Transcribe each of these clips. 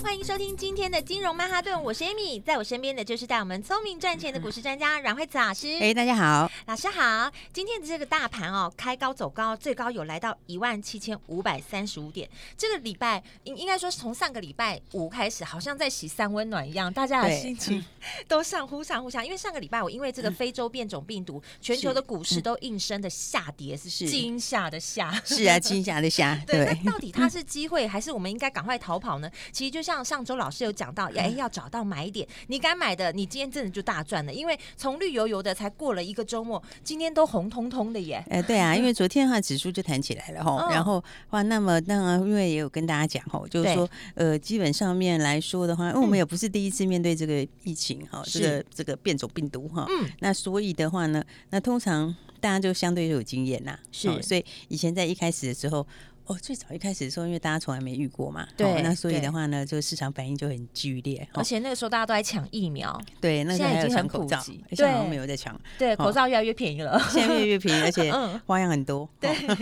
欢迎收听今天的金融曼哈顿，我是 Amy，在我身边的就是带我们聪明赚钱的股市专家阮慧慈老师。哎、大家好，老师好，今天的这个大盘哦，开高走高，最高有来到一万七千五百三十五点。这个礼拜应应该说是从上个礼拜五开始，好像在洗三温暖一样，大家的对嗯心情都上忽上忽上。因为上个礼拜我因为这 个非洲变种病毒，全球的股市都应声的下跌，是嗯是惊吓的吓。是 啊，惊吓的吓，对，对嗯那到底它是机会，还是我们应该赶快逃跑呢？其实就像上周老师有讲嗯到，要、哎要找到买点，你敢买的，你今天真的就大赚了，因为从绿油油的才过了一个周末，今天都红彤彤的耶。呃，对啊，因为昨天的话指数就弹起来了哈，嗯然后哇，那么当然，因为也有跟大家讲哈，就是对嗯说呃，基本上面来说的话，因为我们也不是第一次面对这个疫情哈，这是个这个变种病毒哈，嗯，那所以的话呢，那通常大家就相对就有经验啦，是哦所以以前在一开始的时候。哦，最早一开始的时候，因为大家从来没遇过嘛，对哦那所以对的话呢，就市场反应就很剧烈，哦而且那个时候大家都在抢疫苗，对，那现在时候已还有经很抢口普罩，及现在好像对没有在抢，对，哦口罩越来越便宜 了。现在越来越便宜，而且嗯花样很多，对哦，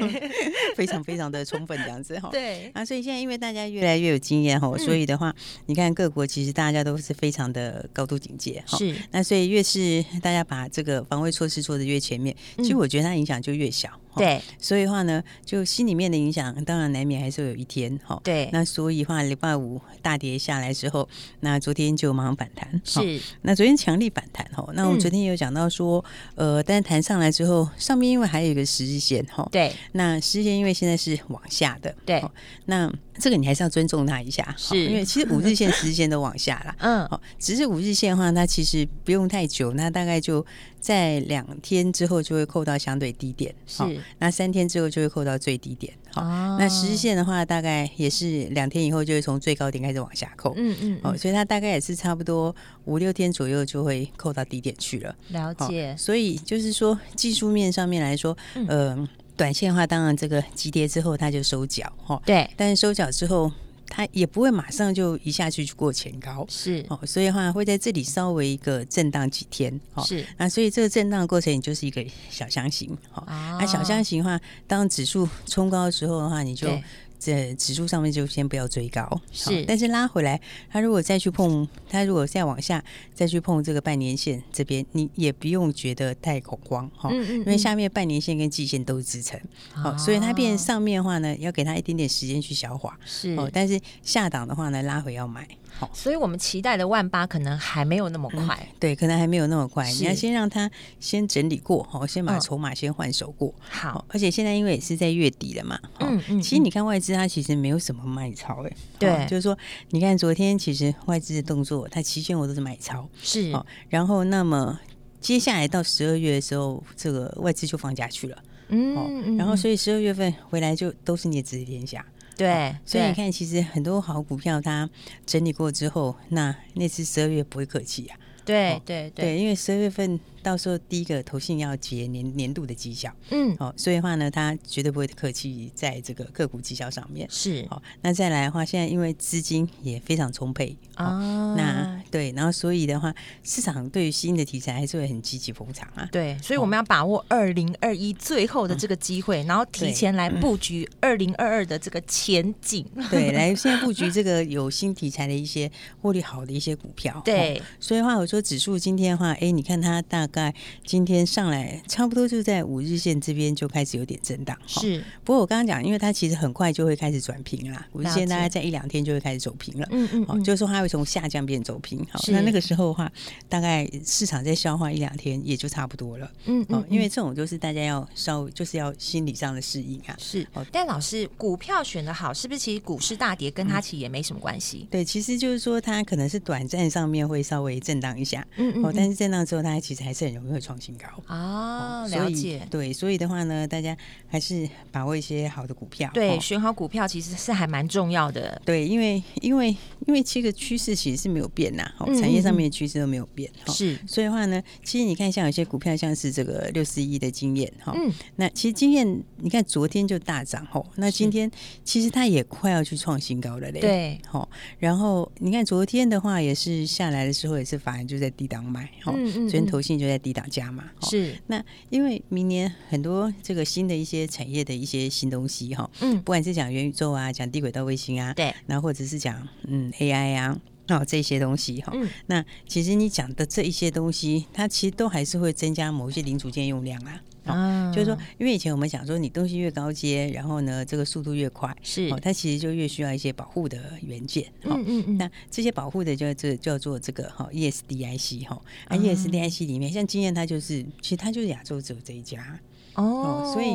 非常非常的充分这样子哈。对，嗯啊，所以现在因为大家越来越有经验哈，所以的话，你看各国其实大家都是非常的高度警戒哈。是那所以越是大家把这个防卫措施做的越全面，嗯其实我觉得它影响就越小。哈，对所以的话呢，就心里面的影响，当然难免还是会有一天哈。对，那所以的话，礼拜五大跌下来之后，那昨天就马上反弹。哈是那昨天强力反弹哈，那我们嗯昨天有讲到说，呃，但是弹上来之后，上面因为还有一个十日线哈，对那十日线因为现在是往下的，对齁，那这个你还是要尊重它一下，齁是，因为其实五日线、十日线都往下啦 嗯好，只是五日线的话，它其实不用太久，那大概就在两天之后就会扣到相对低点，齁是，那三天之后就会扣到最低点，好，哦那十日线的话，大概也是两天以后就会从最高点开始往下扣，嗯嗯哦，嗯，所以它大概也是差不多五六天左右就会扣到低点去了。嗯了哦解，所以就是说技术面上面来说，嗯嗯、呃，短线的话，当然这个急跌之后它就收脚哈、哦，对但是收脚之后它也不会马上就一下去去过前高是哦，所以的话会在这里稍微一个震荡几天哦。是那所以这个震荡的过程，你就是一个小箱型哈。哦啊那、小箱型的话，当指数冲高的时候的话，你就对这指数上面就先不要追高，好是但是拉回来，它如果再去碰，它如果再往下再去碰这个半年线这边，你也不用觉得太恐慌哈。嗯嗯因为嗯下面半年线跟季线都是支撑，好、啊所以它变上面的话呢，要给它一点点时间去消化，是哦，但是下档的话呢，拉回要买，好、所以我们期待的万八可能还没有那么快，对，可能还没有那么快，是你要先让它先整理过，好、先把嗯筹码先换手过，好哦，而且现在因为也是在月底了嘛，哦嗯嗯其实你看外资它其实没有什么卖超哎、对哦就是说你看昨天其实外资的动作，它期限我都是买超，是哦，然后那么。接下来到十二月的时候，这个外资就放假去了，哦，嗯然后以所以十二月份回来就都是你的指指天下，对，所以你对看，其实很多好股票它整理过之后，那那次十二月不会客气啊，对哦对对，对，因为十二月份到时候第一个投信要结年年度的绩效，嗯，哦，所以的话呢，他绝对不会客气在这个个股绩效上面。是好、那再来的话，现在因为资金也非常充沛，哦，啊，那对，然后所以的话，市场对于新的题材还是会很积极捧场啊。对，所以我们要把握二零二一最后的这个机会，然后提对前来布局二零二二的这个前景。对，来现在布局这个有新题材的一些获利好的一些股票。 对哦所以的话我说指数今天的话，哎，你看它大概今天上来差不多就在五日线这边就开始有点震荡。哦是，不过我刚刚讲，因为它其实很快就会开始转平啦，五日了解线大概在一两天就会开始走平了。嗯嗯哦，就是说它会从下降变走平，好，是那那个时候的话，大概市场在消化一两天也就差不多了，嗯哦，因为这种就是大家要稍微就是要心理上的适应啊。是哦，但老师，股票选的好，是不是其实股市大跌嗯跟它其实也没什么关系？对，其实就是说它可能是短暂上面会稍微震荡一下，嗯哦，但是震荡之后它其实还是很容易会创新高。啊，所了以解。对，所以的话呢，大家还是把握一些好的股票。对，哦选好股票其实是还蛮重要的。对，因为因为因为其实趋势其实是没有变呐，好嗯嗯产业上面的趋势都没有变，哦哈是，所以的话呢，其实你看，像有些股票，像是这个六四一的经验哈，嗯那其实经验，你看昨天就大涨吼，那是今天其实它也快要去创新高了嘞，，对，吼，然后你看昨天的话，也是下来的时候也是法人就在低档买，吼，嗯嗯昨天嗯投信就在低档加嘛，吼。是，那因为明年很多这个新的一些产业的一些新东西哈，嗯不管是讲元宇宙啊，讲低轨道卫星啊，对，然后或者是讲嗯 AI 啊，哦这些东西哈，嗯那其实你讲的这一些东西，它其实都还是会增加某一些零组件用量啊。哦啊就是说，因为以前我们讲说，你东西越高阶，然后呢，这个速度越快，是哦，它其实就越需要一些保护的元件。哦嗯嗯嗯，那这些保护的叫这叫做这个哈，E ESDIC 哈，啊啊 ESDIC 里面，像经验它就是，其实它就是亚洲只有这一家，哦，所以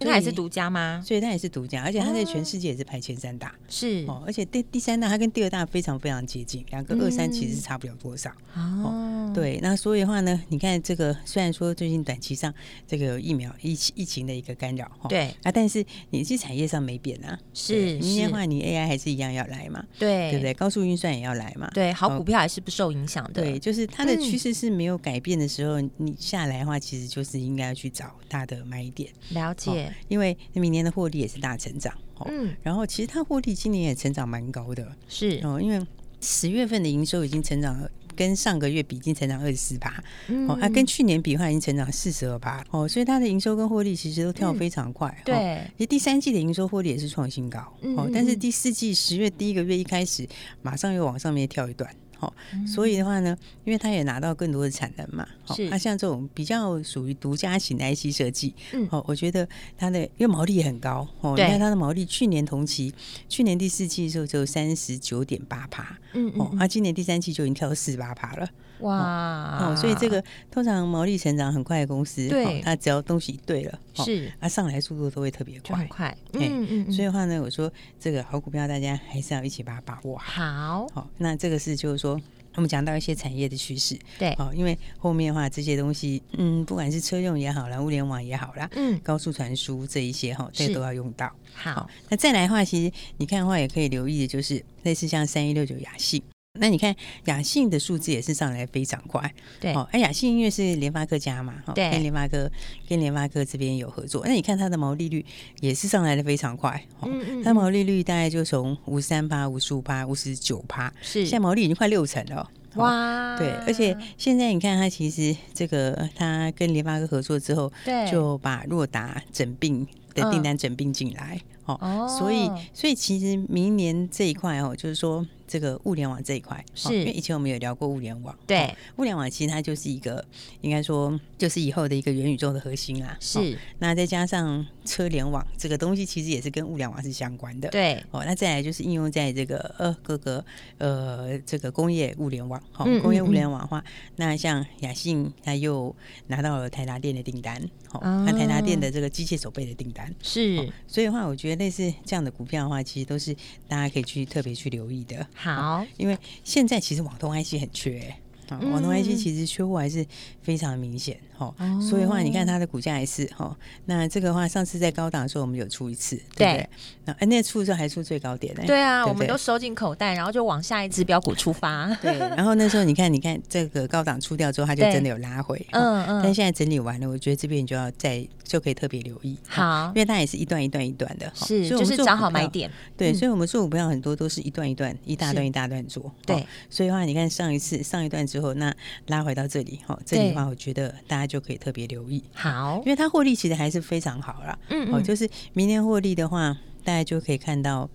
那它也是所以独家吗？所以它也是独家，而且它在全哦世界也是排前三大是哦，而且第第三大它跟第二大非常非常接近，两个二三其实嗯是差不了多少。哦，对，那所以的话呢，你看这个虽然说最近短期上这个有疫苗疫情疫情的一个干扰哈，对啊，但是你是产业上没变啊，是对明年的是话你 AI 还是一样要来嘛，对对不对？高速运算也要来嘛，对，好哦股票还是不受影响的。对，就是它的嗯趋势是没有改变的时候，你下来的话，其实就是应该要去找它的买点，了解。因为明年的获利也是大成长哦。嗯，然后其实它获利今年也成长蛮高的是，哦，因为十月份的营收已经成长了，跟上个月比已经成长二十四趴，嗯哦，啊，跟去年比的话已经成长四十二趴哦，所以它的营收跟获利其实都跳嗯非常快。哦对其实第三季的营收获利也是创新高嗯哦嗯，但是嗯第四季十月第一个月一开始，马上又往上面跳一段。哦，嗯所以的话呢，因为它也拿到更多的产能嘛，哦是那、像这种比较属于独家型的 IC 设计，嗯哦，我觉得它的因为毛利也很高，哦，你对看它的毛利去年同期，去年第四季的时候只有三十九点八趴，嗯哦，嗯，那、今年第三季就已经跳到四十八趴了，哇哦，所以这个通常毛利成长很快的公司，啊对哦它只要东西对了，哦，是它上来速度都会特别就很快。快。哎嗯嗯嗯，所以以的话呢，我说这个好股票大家还是要一起把它把握好。好，好、那这个是就是说。我们讲到一些产业的趋势，对，哦，因为后面的话这些东西，嗯，不管是车用也好啦，物联网也好啦，嗯，高速传输这一些哈，这是个都要用到。好，那再来的话，其实你看的话，也可以留意的就是类似像三一六九雅信，那你看雅信的数字也是上来非常快，对，哦，哎，雅信因为是联发科家嘛，哦对跟联发科跟联发科这边有合作，那你看它的毛利率也是上来的非常快，哦，嗯它毛利率大概就从五三八、五十五八、五十九趴，是啊现在毛利已经快六成了，哦。哇，对，而且现在你看，它其实这个它跟联发科合作之后，对嗯就把若达整并的订单整并进来、哦哦，所以所以其实明年这一块哦，就是说这个物联网这一块，哦是因为以前我们有聊过物联网，对哦物联网其实它就是一个应该说就是以后的一个元宇宙的核心啦，哦是，那再加上车联网这个东西，其实也是跟物联网是相关的，对，哦，那再来就是应用在这个呃各个呃这个工业物联网，哈、嗯嗯工业物联网的话，那像雅信它又拿到了台达电的订单，哦，啊那台达电的这个机械手背的订单，是所以的话，我觉得类似这样的股票的话，其实都是大家可以去特别去留意的，好，因为现在其实网通 IC 很缺、啊，网通嗯 IC 其实缺货还是非常明显哦，所以的话，你看它的股价也是哦。那这个的话，上次在高档的时候，我们有出一次，对不对对？那哎那出的时候还出最高点呢、对啊，哎对我不们对都收进口袋，然后就往下一只标股出发。对，然后那时候你看，你看这个高档出掉之后，它就对真的有拉回。哦嗯但嗯，现在整理完了，我觉得这边你就要再就可以特别留意。哦好因，为它也是一段一段一段的，哦是，所就以我们是做找股好买票。点。对，嗯所以我们做股票很多都是一段一段、一大段一大段做。哦对，所以的话，你看上一次上一段之后，那拉回到这里，哈，这里的话，我觉得大家就可以特别留意，好因，为它获利其实还是非常好啦。嗯哦，嗯，就是明年获利的话，大家就可以看到，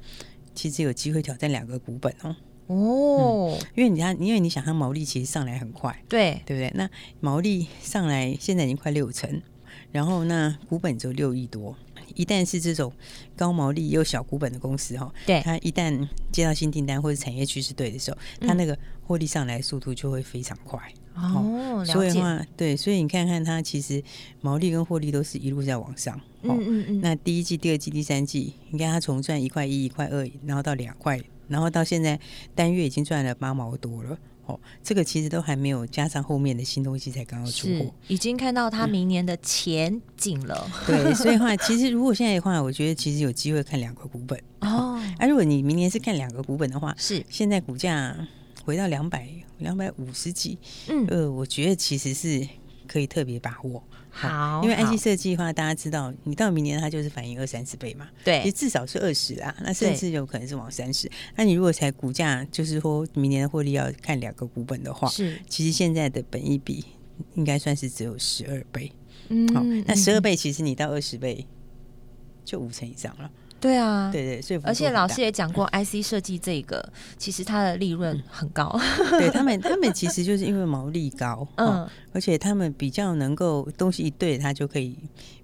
其实有机会挑战两个股本哦，哦，因为你看，因为你想，它毛利其实上来很快，对，对不对？那毛利上来现在已经快六成，然后那股本只有六亿多。一旦是这种高毛利又小股本的公司哈，对它一旦接到新订单或者产业趋势对的时候，它嗯那个获利上来的速度就会非常快。哦，所以了的解。话，对，所以你看看它其实毛利跟获利都是一路在往上。哦嗯嗯嗯，那第一季、第二季、第三季，你看它从赚一块一、一块二，然后到两块，然后到现在单月已经赚了八毛多了。哦，这个其实都还没有加上后面的新东西才刚要出是货。已经看到嗯他明年的前景了。 对，所以的话，其实如果现在的话，我觉得其实有机会看两个股本。哦，啊，如果你明年是看两个股本的话，是，现在股价回到两百两百五十几，嗯，呃，我觉得其实是可以特别把握，好，因为哦好 IC 设计的话，大家知道，你到明年它就是反映二三十倍嘛，其实对至少是二十啦，那甚至有可能是往三十。那你如果才股价，就是说明年的获利要看两个股本的话，是，其实现在的本益比应该算是只有十二倍，嗯好、那十二嗯倍其实你到二十倍就五成以上了，对啊，对对，所以幅而且度很老大师也讲过，IC 设计这个其实它的利嗯润很高，对他们，他们其实就是因为毛利高，嗯， 嗯而且他们比较能够东西一对，它就可以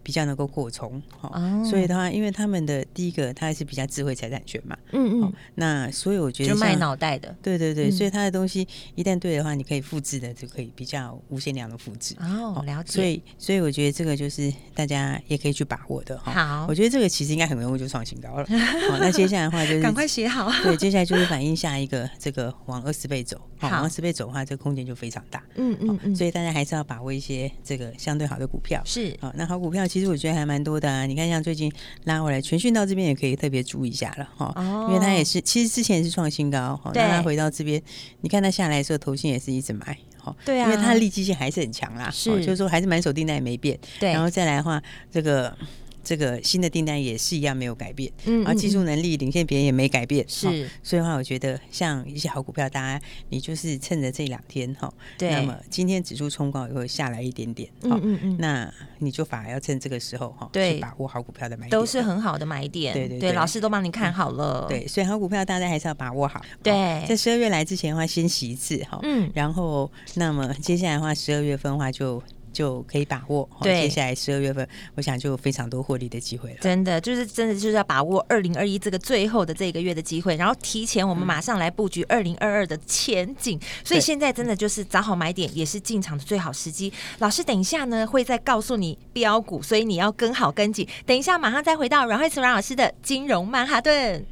比较能够扩充，哈、哦所以的话，因为他们的第一个，它是比较智慧财产权嘛，嗯哦，那所以我觉得就卖像，脑袋的对对对，嗯所以它的东西一旦对的话，你可以复制的就可以比较无限量的复制，哦哦，了所解，以所以我觉得这个就是大家也可以去把握的哈。好我，觉得这个其实应该很容易就创新高 了。好，那接下来的话就是赶快写好，对，接下来就是反映下一个这个往二十倍走，好，好往二十倍走的话，这个空间就非常大，嗯嗯嗯，所以以大家还是要把握一些这个相对好的股票。是好，那好股票其实我觉得还蛮多的啊，你看像最近拉回来，全讯到这边也可以特别注意一下了哈。哦因为它也是，其实之前也是创新高，哈，对那它回到这边，你看它下来的时候，投信也是一直买，哈，对啊因为它的利基性还是很强啦，是哦就是说还是满手订单也没变，对，然后再来的话，这个这个新的订单也是一样没有改变，嗯啊，嗯技术能力领先别人也没改变，哦是所以的话，我觉得像一些好股票，大家你就是趁着这两天哈，对那么今天指数冲高以后下来一点点，嗯哈嗯嗯那你就反而要趁这个时候哈，对去把握好股票的买点，都是很好的买点，对对，对对嗯老师都帮你看好了，对，哦所以好股票大家还是要把握好，对哦在十二月来之前的话，先洗一次哈，嗯然后那么接下来的话，十二月份的话就。就可以把握，哈对接下来十二月份，我想就有非常多获利的机会了。真的就是真的就是要把握二零二一这个最后的这个月的机会，然后提前我们马上来布局二零二二的前景。所以嗯对嗯现在真的就是找好买点，也是进场的最好时机。老师等一下呢会再告诉你标股，所以你要跟好跟紧。等一下马上再回到阮慧慈阮老师的金融曼哈顿。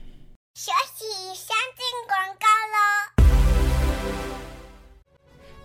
学习相进广告喽。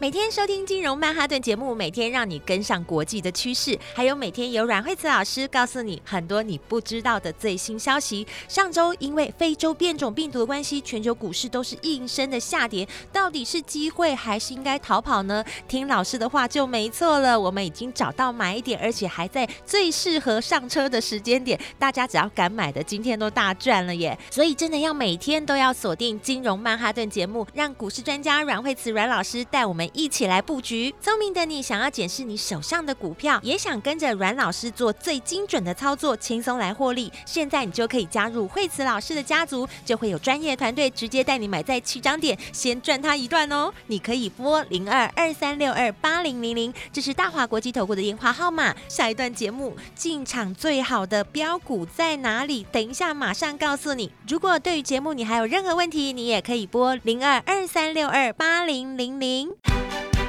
每天收听金融曼哈顿节目，每天让你跟上国际的趋势，还有每天有阮慧慈老师告诉你很多你不知道的最新消息。上周因为非洲变种病毒的关系，全球股市都是应声的下跌，到底是机会还是应该逃跑呢？听老师的话就没错了，我们已经找到买点，而且还在最适合上车的时间点，大家只要敢买的，今天都大赚了耶！所以真的要每天都要锁定《金融曼哈顿》节目，让股市专家阮慧慈阮老师带我们一起来布局。聪明的你，想要检视你手上的股票，也想跟着阮老师做最精准的操作，轻松来获利，现在你就可以加入慧慈老师的家族，就会有专业团队直接带你买在起涨点，先赚它一段哦。你可以拨零二二三六二八零零零，这是大华国际投顾的电话号码。下一段节目进场最好的标股在哪里？等一下马上告诉你。如果对于节目你还有任何问题，你也可以拨零二二三六二八零零零。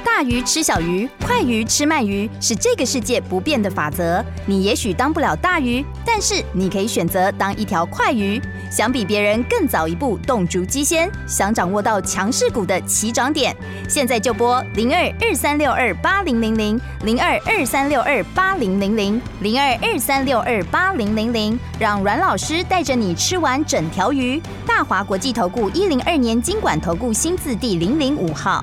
大鱼吃小鱼，快鱼吃慢鱼，是这个世界不变的法则。你也许当不了大鱼，但是你可以选择当一条快鱼。想比别人更早一步动足机先，想掌握到强势股的起涨点，现在就拨零二二三六二八零零零零二二三六二八零零零零二二三六二八零零零，让阮老师带着你吃完整条鱼。大华国际投顾一零二年经管投顾新字第零零五号。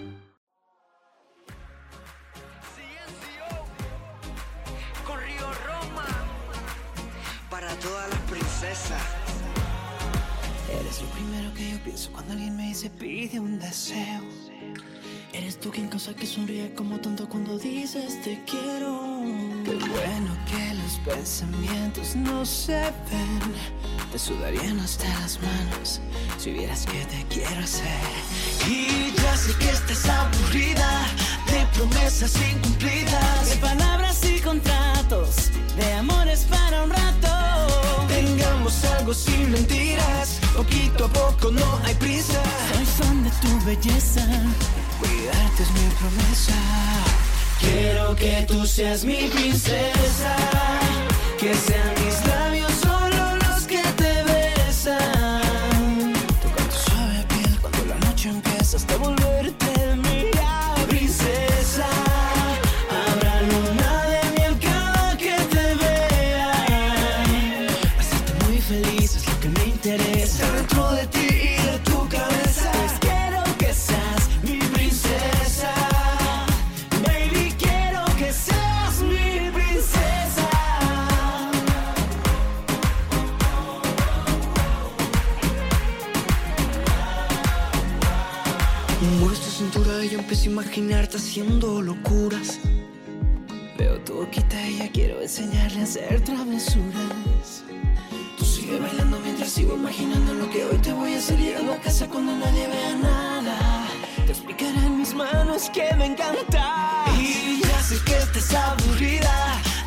con Río Roma para todas las princesas. Pienso cuando alguien me dice pide un deseo. Eres tú quien causa que sonríe como tonto cuando dices te quiero. Qué bueno que los pensamientos no se ven. Te sudarían hasta las manos si vieras que te quiero hacer. Y ya sé que estás aburrida de promesas incumplidas, de palabras y contratos, de amores para un rato. Tengamos algo sin mentiras, poquito a poco no hay prisa. Soy fan de tu belleza, cuidarte es mi promesa. Quiero que tú seas mi princesa, que sean mis labios solo los que te besan. Toca tu suave piel cuando la noche empieza hasta volverte mía, princesa. Habrá luna de miel cada que te vea. Hacerte muy feliz es lo que me interesa. Estar dentro de ti y de tu cabeza. Pues quiero que seas mi princesa. Baby, quiero que seas mi princesa. Mueves tu cintura y yo empiezo a imaginarte haciendo locuras. Veo tu boquita y ya quiero enseñarle a hacer travesuras. Tú sigue bailando mientras sigo imaginando lo que hoy te voy a hacer llegando a casa cuando nadie vea nada. Te explicaré en mis manos que me encanta. Y ya sé que estás aburrida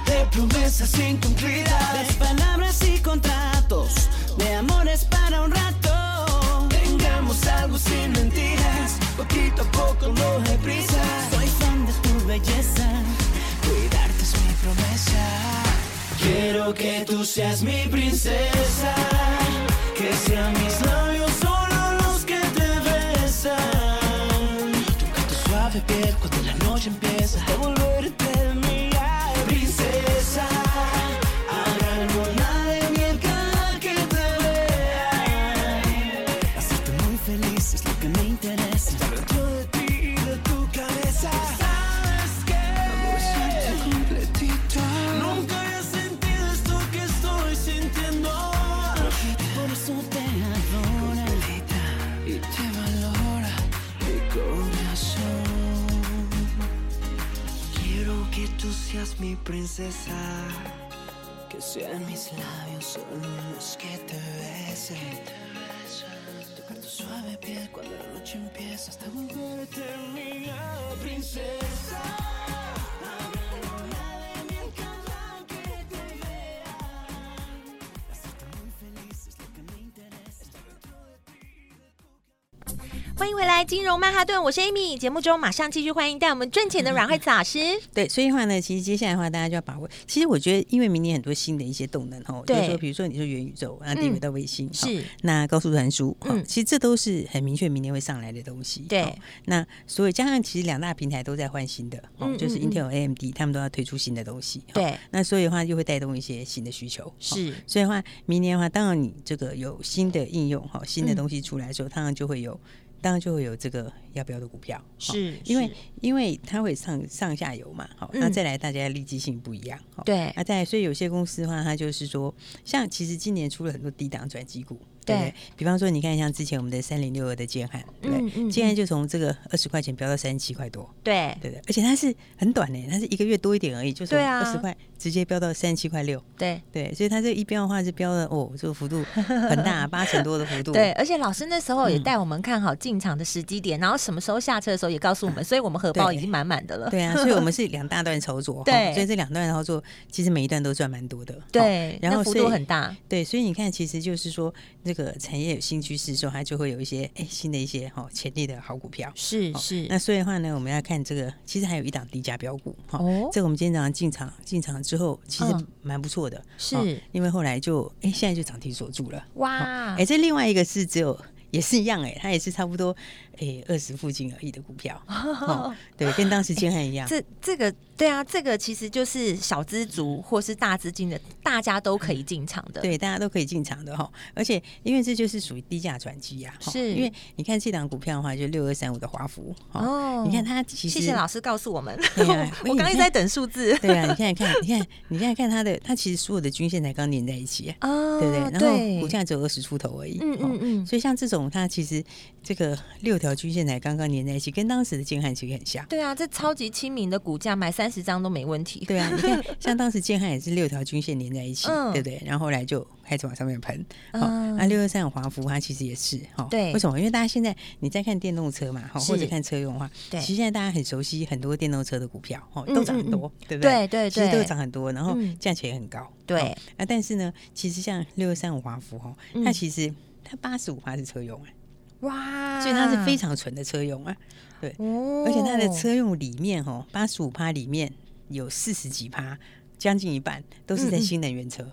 de promesas incumplidas, de palabras y contratos, de amores para un rato. Tengamos algo sin mentiras, poquito a poco no hay prisa. Soy fan de tu belleza, cuidarte es mi promesa. Quiero que tú seas mi princesa, que sean mis labios solo los que te besan. Toca tu suave piel cuando la noche empieza a volverte mía, princesa. Habrá luna de miel cada que te vea. Hacerte muy feliz es lo que me interesa. Estar dentro de ti y de tu cabeza. Sabes que amo besarte completito. Nunca había sentido esto que estoy sintiendo. Por eso te adora y te valora mi corazón. Quiero que tú seas mi princesa. Que sean mis labios solo los que te besen. Tocar tu suave piel cuando la noche empieza hasta volverte mía, princesa. Habrá luna de miel cada que te vea. Hacerte muy feliz es lo que me interesa. Estar dentro de ti y de tu 欢迎回来，金融曼哈顿，我是 Amy。节目中马上继续欢迎带我们赚钱的阮慧慈老师。对，所以的话呢，其实接下来的话，大家就要把握。其实我觉得，因为明年很多新的一些动能哦，就对嗯是说，比如说你说元宇宙，那地轨到卫星，是哦那高速传输，哦嗯其实这都是很明确明年会上来的东西。对哦那所以加上其实两大平台都在换新的，哦嗯就是嗯 Intel、AMD 他们都要推出新的东西。哦对，那所以的话就会带动一些新的需求。哦是所以的话，明年的话，当然你这个有新的应用哈，新嗯的东西出来的时候，当然就会有，当然就会有这个要标的股票，好是因为是因为它会上上下游嘛，好，那嗯再来大家利基性不一样，好对那再来所以有些公司的话，它就是说，像其实今年出了很多低档转机股，对不对对，比方说你看像之前我们的三零六二的建汉，对不嗯嗯对，建汉就从这个二十块钱飙到三十七块多，对对的，而且它是很短的，它是一个月多一点而已，就从对啊二十块直接飙到三十七块六。对对，所以它这一标的话是标了哦，这个幅度很 大，八成多的幅度。对，嗯而且老师那时候也带我们看好进场的时机点，然后什么时候下车的时候也告诉我们，所以我们荷包对已经满满 的了。对啊，所以我们是两大段操作。对所以这两段操作其实每一段都赚蛮多的。对哦，然后那幅所以度很。大。对，所以你看，其实就是说，那个产业有新趋势的时候，它就会有一些哎新的一些哈潜力的好股票。是哦是，那所以的话呢，我们要看这个，其实还有一档低价标股哈。哦这个我们今天早上进场，进场之后其实嗯蛮不错的，是因为后来就哎现在就涨停锁住了。哇哎、，这另外一个是只有也是一样哎、它也是差不多哎二十附近而已的股 票，哦、对，跟当时建汉一样。这这个对啊，这个其实就是小资族或是大资金的，大家都可以进场的。对，大家都可以进场的哈，而且因为这就是属于低价转机呀、哈是因为你看这档股票的话，就六二三五的华孚哦哦，你看它其实谢谢老师告诉我们，对啊 我我刚一喂你直看在等数字。对啊，你现在看，你看，你现在看它的，它其实所有的均线才刚连在一起，啊对不对？然后对股价只有二十出头而已，嗯哦嗯嗯所以像这种种它其实这个六条均线才刚刚连在一起，跟当时的建汉其实很像。对啊，这超级亲民的股价，买三十张都没问题。对啊，你看，像当时建汉也是六条均线连在一起，嗯对不对？然后后来就开始往上面喷。好、嗯那六二三华孚它其实也是哈、对为什么？因为大家现在你在看电动车嘛，哈，是或者看车用的话，对其实现在大家很熟悉很多电动车的股票，哈，嗯都涨嗯很多，对不对对？对其实对都涨很多，然后嗯价钱也很高。对哦啊，但是呢，其实像六二三华孚哈，嗯它其实它八十五趴是车用啊，哇所以它是非，常纯的车用啊。哦而且它的车用里面哦，八十五趴里面有四十几趴，将近一半都是在嗯嗯新能源车，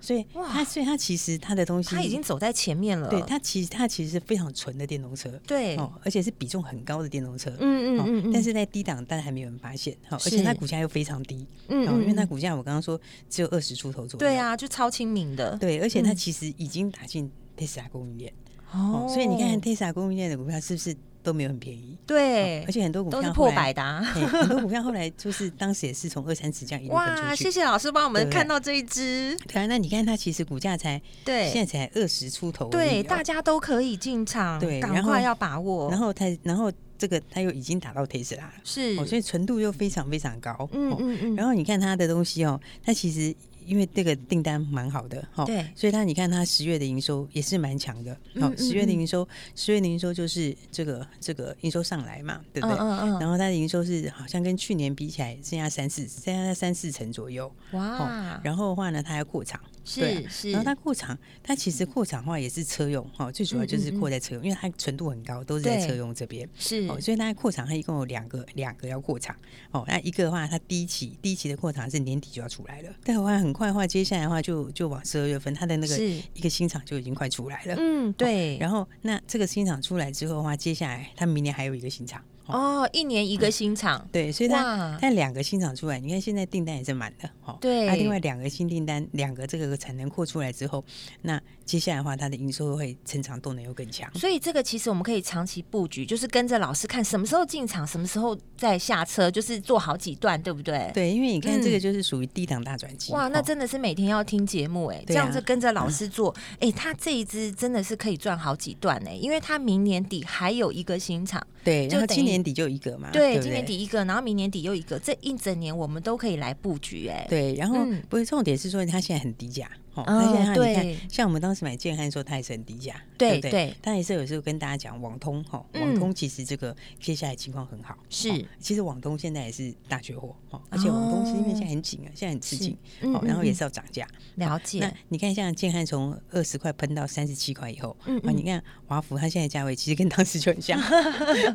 所以嗯哇它所以它其实它的东西它已经走在前面了。对它其实它其实是非常纯的电动车，对哦，而且是比重很高的电动车。嗯哦嗯嗯嗯，但是在低档，但还没有人发现，哦好，而且是它股价又非常低，嗯哦嗯因为它嗯股价我刚刚说只有二十出头左右，对，啊，就超亲民的。对，而且它嗯其实已经打进 Tesla 供应链，哦哦，所以你看 Tesla 供应链的股票是不是都没有很便宜？哦对，而且很多股票都是后破来百的啊。嘿很哎多股票后来就是当时也是从二三十这样一路喷哇，出去。谢谢老师帮我对们不对看到这一只，对啊，那你看它其实股价才现在对才二十出头而已哦，对，大家都可以进场，对赶然后快要把握。然后它然后这个它又已经打到 Tesla 了，是，哦，所以纯度又非常非常高，嗯哦嗯嗯，然后你看它的东西哦，它其实因为这个订单蛮好的哈，哦对所以它你看它十月的营收也是蛮强的，嗯哦嗯，十月的嗯营收，十月的营收就是这个这个营收上来嘛，对不对？嗯嗯嗯，然后它的营收是好像跟去年比起来剩下三四，剩下三四成左右。哇，哦然后的话呢，它要扩厂，对啊是啊是，嗯然后它扩厂，它其实扩厂的话也是车用哈、哦，最主要就是嗯嗯嗯扩在车用，因为它纯度很高，都是在对车用这边。是哦，所以它扩厂，它一共有两个，两个要扩厂。哦，那一个的话，它第一期第一期的扩厂是年底就要出来了，但的话很快的话，接下来的话就就往十二月份，它的那个是一个新厂就已经快出来了。嗯对，然后那这个新厂出来之后的话，接下来它明年还有一个新厂。哦，嗯哦，一年一个新厂，对，所以它哇它两个新厂出来，你看现在订单也是满的。哦，对那另外两个新订单，两个这个产能扩出来之后，那接下来的话，它的营收会成长动能又更强。所以这个其实我们可以长期布局，就是跟着老师看什么时候进场，什么时候再下车，就是做好几段，对不对？。对，因为你看这个嗯就是属于低档大转机。哇，那哦真的是每天要听节目哎、这对啊样子跟着老师做，哎、他这一支真的是可以赚好几段哎、因为他明年底还有一个新厂，对，就然后等今于年底就一个嘛，对，不今年底一个，然后明年底又一个，这一整年我们都可以来布局哎、对，然后、嗯不是重点是说它现在很低价，哦，哦它现在它你对看，像我们当时买建汉的时候，它也是很低价，对不对，对但也是有时候跟大家讲网通哈，哦嗯网通其实这个接下来情况很好，是哦其实网通现在也是大缺货哦，而且网通是因为现在很紧啊，现在很吃紧，嗯哦，然后嗯也嗯是要涨价，了那解，你看，像建汉从二十块喷到三十七块以后，嗯啊，嗯你看华孚它现在价位其实跟当时就很 像，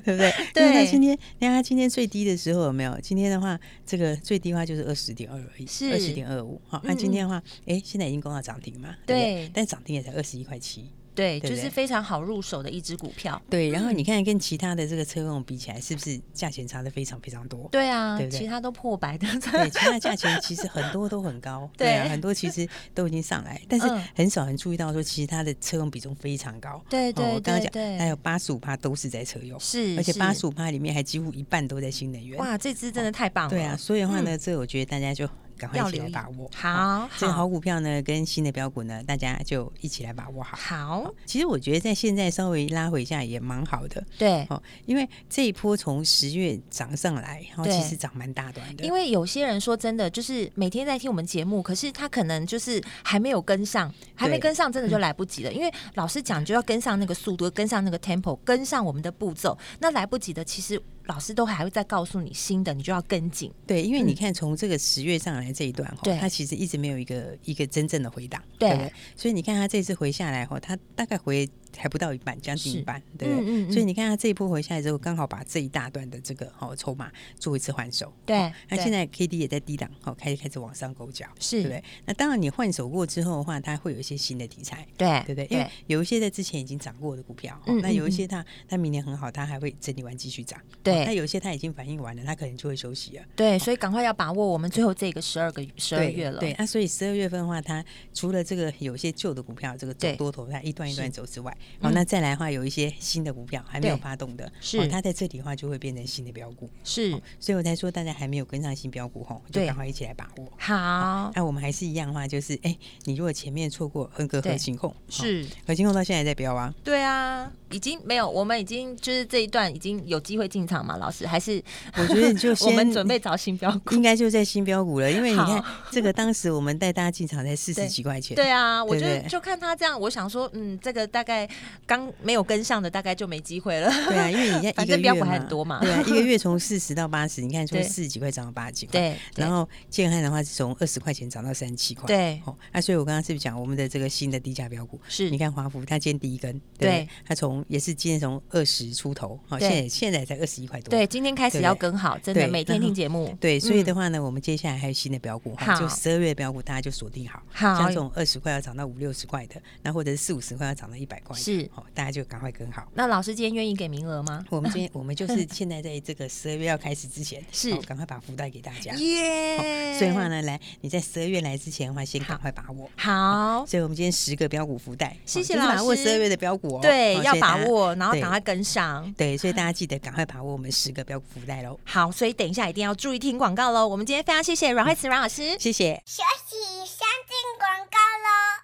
对不对？因为对它今天，你看它今天最低的时候有没有？今天的话，这个最低的话就是二十点二而已，是二十点二五。好，那嗯今天的话，哎，现在已经攻到涨停嘛，不对但涨停也才二十一块七。对，对就不是对非常好入手的一只股票。对，然后你看跟其他的这个车用比起来，是不是价钱差的非常非常多？对啊，对不对其他都破百的，对，其他价钱其实很多都很高，对啊，对很多其实都已经上来，但是嗯很少人注意到说，其实它的车用比重非常高。对对哦我刚刚对讲，对还有八十五趴都是在车 用，是，而且是八十五趴里面还几乎一半都在新能源。哇，这支真的太棒了。对啊，所以的话嗯呢，这我觉得大家就赶快要一起留来意把握。哦，好这个好好股票呢，跟新的标股呢，大家就一起来把握好。好，其实我觉得在现在稍微拉回一下也蛮好的对。哦，因为这一波从十月涨上来，然后对其实涨蛮大段的。因为有些人说真的，就是每天在听我们节目，可是他可能就是还没有跟上，还没跟上，真的就来不及了。因为老师讲就要跟上那个速度，跟上那个 tempo，跟上我们的步骤，那来不及的，其实老师都还会再告诉你新的，你就要跟紧。对，因为你看从这个十月上来这一段哈、嗯对它其实一直没有一个一个真正的回档，对不对？所以你看它这次回下来后，它大概回还不到一半，将近一是半，对不对？嗯嗯嗯所以你看它这一波回下来之后，刚好把这一大段的这个哦筹码做一次换手，对哦那对现在 K D 也在低档，哦，开始开始往上勾脚，是对不对？那当然你换手过之后的话，它会有一些新的题材。对对不对？因为有一些在之前已经涨过的股票，哦嗯那嗯有嗯一些它它明年很好，它还会整理完继续涨。哦对那有一些它已经反应完了，它可能就会休息了。对，所以赶快要把握我们最后这个十二个十二对月了。对，啊，所以十二月份的话，它除了这个有些旧的股票，这个走对多头它一段一段是走之外，好，嗯那再来的话，有一些新的股票还没有对发动的，是哦它在这里的话就会变成新的标股，哦是所以我才说大家还没有跟上新标股吼，就对赶快一起来把握。啊好那我们还是一样的话，就是哎、你如果前面错过恒格对和情控，哦是，和情控到现在还在标啊，对啊，已经没有，我们已经就是这一段已经有机会进场嘛，老师还是我觉得你 就我们先准备找新标股。应该就在新标股了，因为你看哦好这个当时我们带大家进场才四对十几块钱，对啊，我对就对就看他这样，我想说，嗯，这个大概刚没有跟上的，大概就没机会了。 对啊，因为你看反一个正标月股嘛，还很多嘛对 啊，一个月从四十到八十，你看从对四十几块涨到八十几块，对，对然后建汉的话是从二十块钱涨到三十七块，对哦，那所以我刚刚是不是讲我们的这个新的低价标股？是你看华孚，它今天第一根，对不对对，它从也是今天从二十出头，好，对现在现在才二十一块多，对，今天开始对要跟好，真的对每天然后听节目。对，所以的嗯话呢，我们接下来还有新的标股，哦好就十二月标股大家就锁定好，好像这种二十块要涨到五六十块的，那或者是四五十块要涨到一百块的，是好，大家就赶快跟好。那老师今天愿意给名额吗？我们 今天我们就是现在在这个十二月要开始之前，是哦赶快把福袋给大家。耶所以的话呢，来你在十二月来之前的话，先赶好快把握。好，所以我们今天十个标股福袋，谢哦谢就是老把握师十二月的标股哦，对，哦要所以把大家握，然后对赶快跟上。对，所以大家记得赶快把握我们十个标股福袋喽， 好，所以等一下一定要注意听广告喽。我们今天非常谢谢阮慧慈阮老师，谢谢。休息，先进广告喽。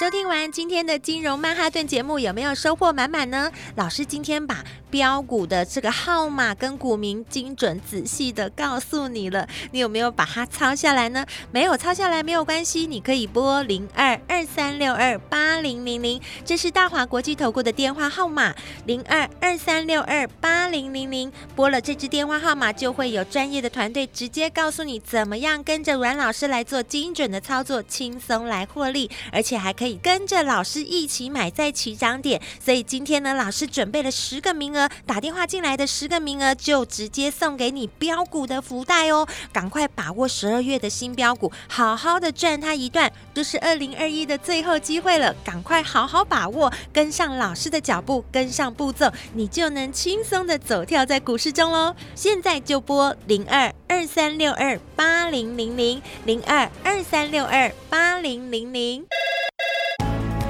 收听完今天的金融曼哈顿节目，有没有收获满满呢？老师今天把标股的这个号码跟股民精准仔细的告诉你了，你有没有把它抄下来呢？没有抄下来没有关系，你可以拨零二二三六二八零零零，这是大华国际投顾的电话号码，零二二三六二八零零零。拨了这支电话号码，就会有专业的团队直接告诉你怎么样跟着阮老师来做精准的操作，轻松来获利，而且还可以跟着老师一起买在起涨点。所以今天呢，老师准备了十个名额，打电话进来的十个名额就直接送给你标股的福袋哦，赶快把握十二月的新标股，好好的赚它一段，这是二零二一的最后机会了，赶快好好把握，跟上老师的脚步，跟上步骤，你就能轻松的走跳在股市中喽。现在就拨零二二三六二八零零零零二二三六二八零零零。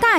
大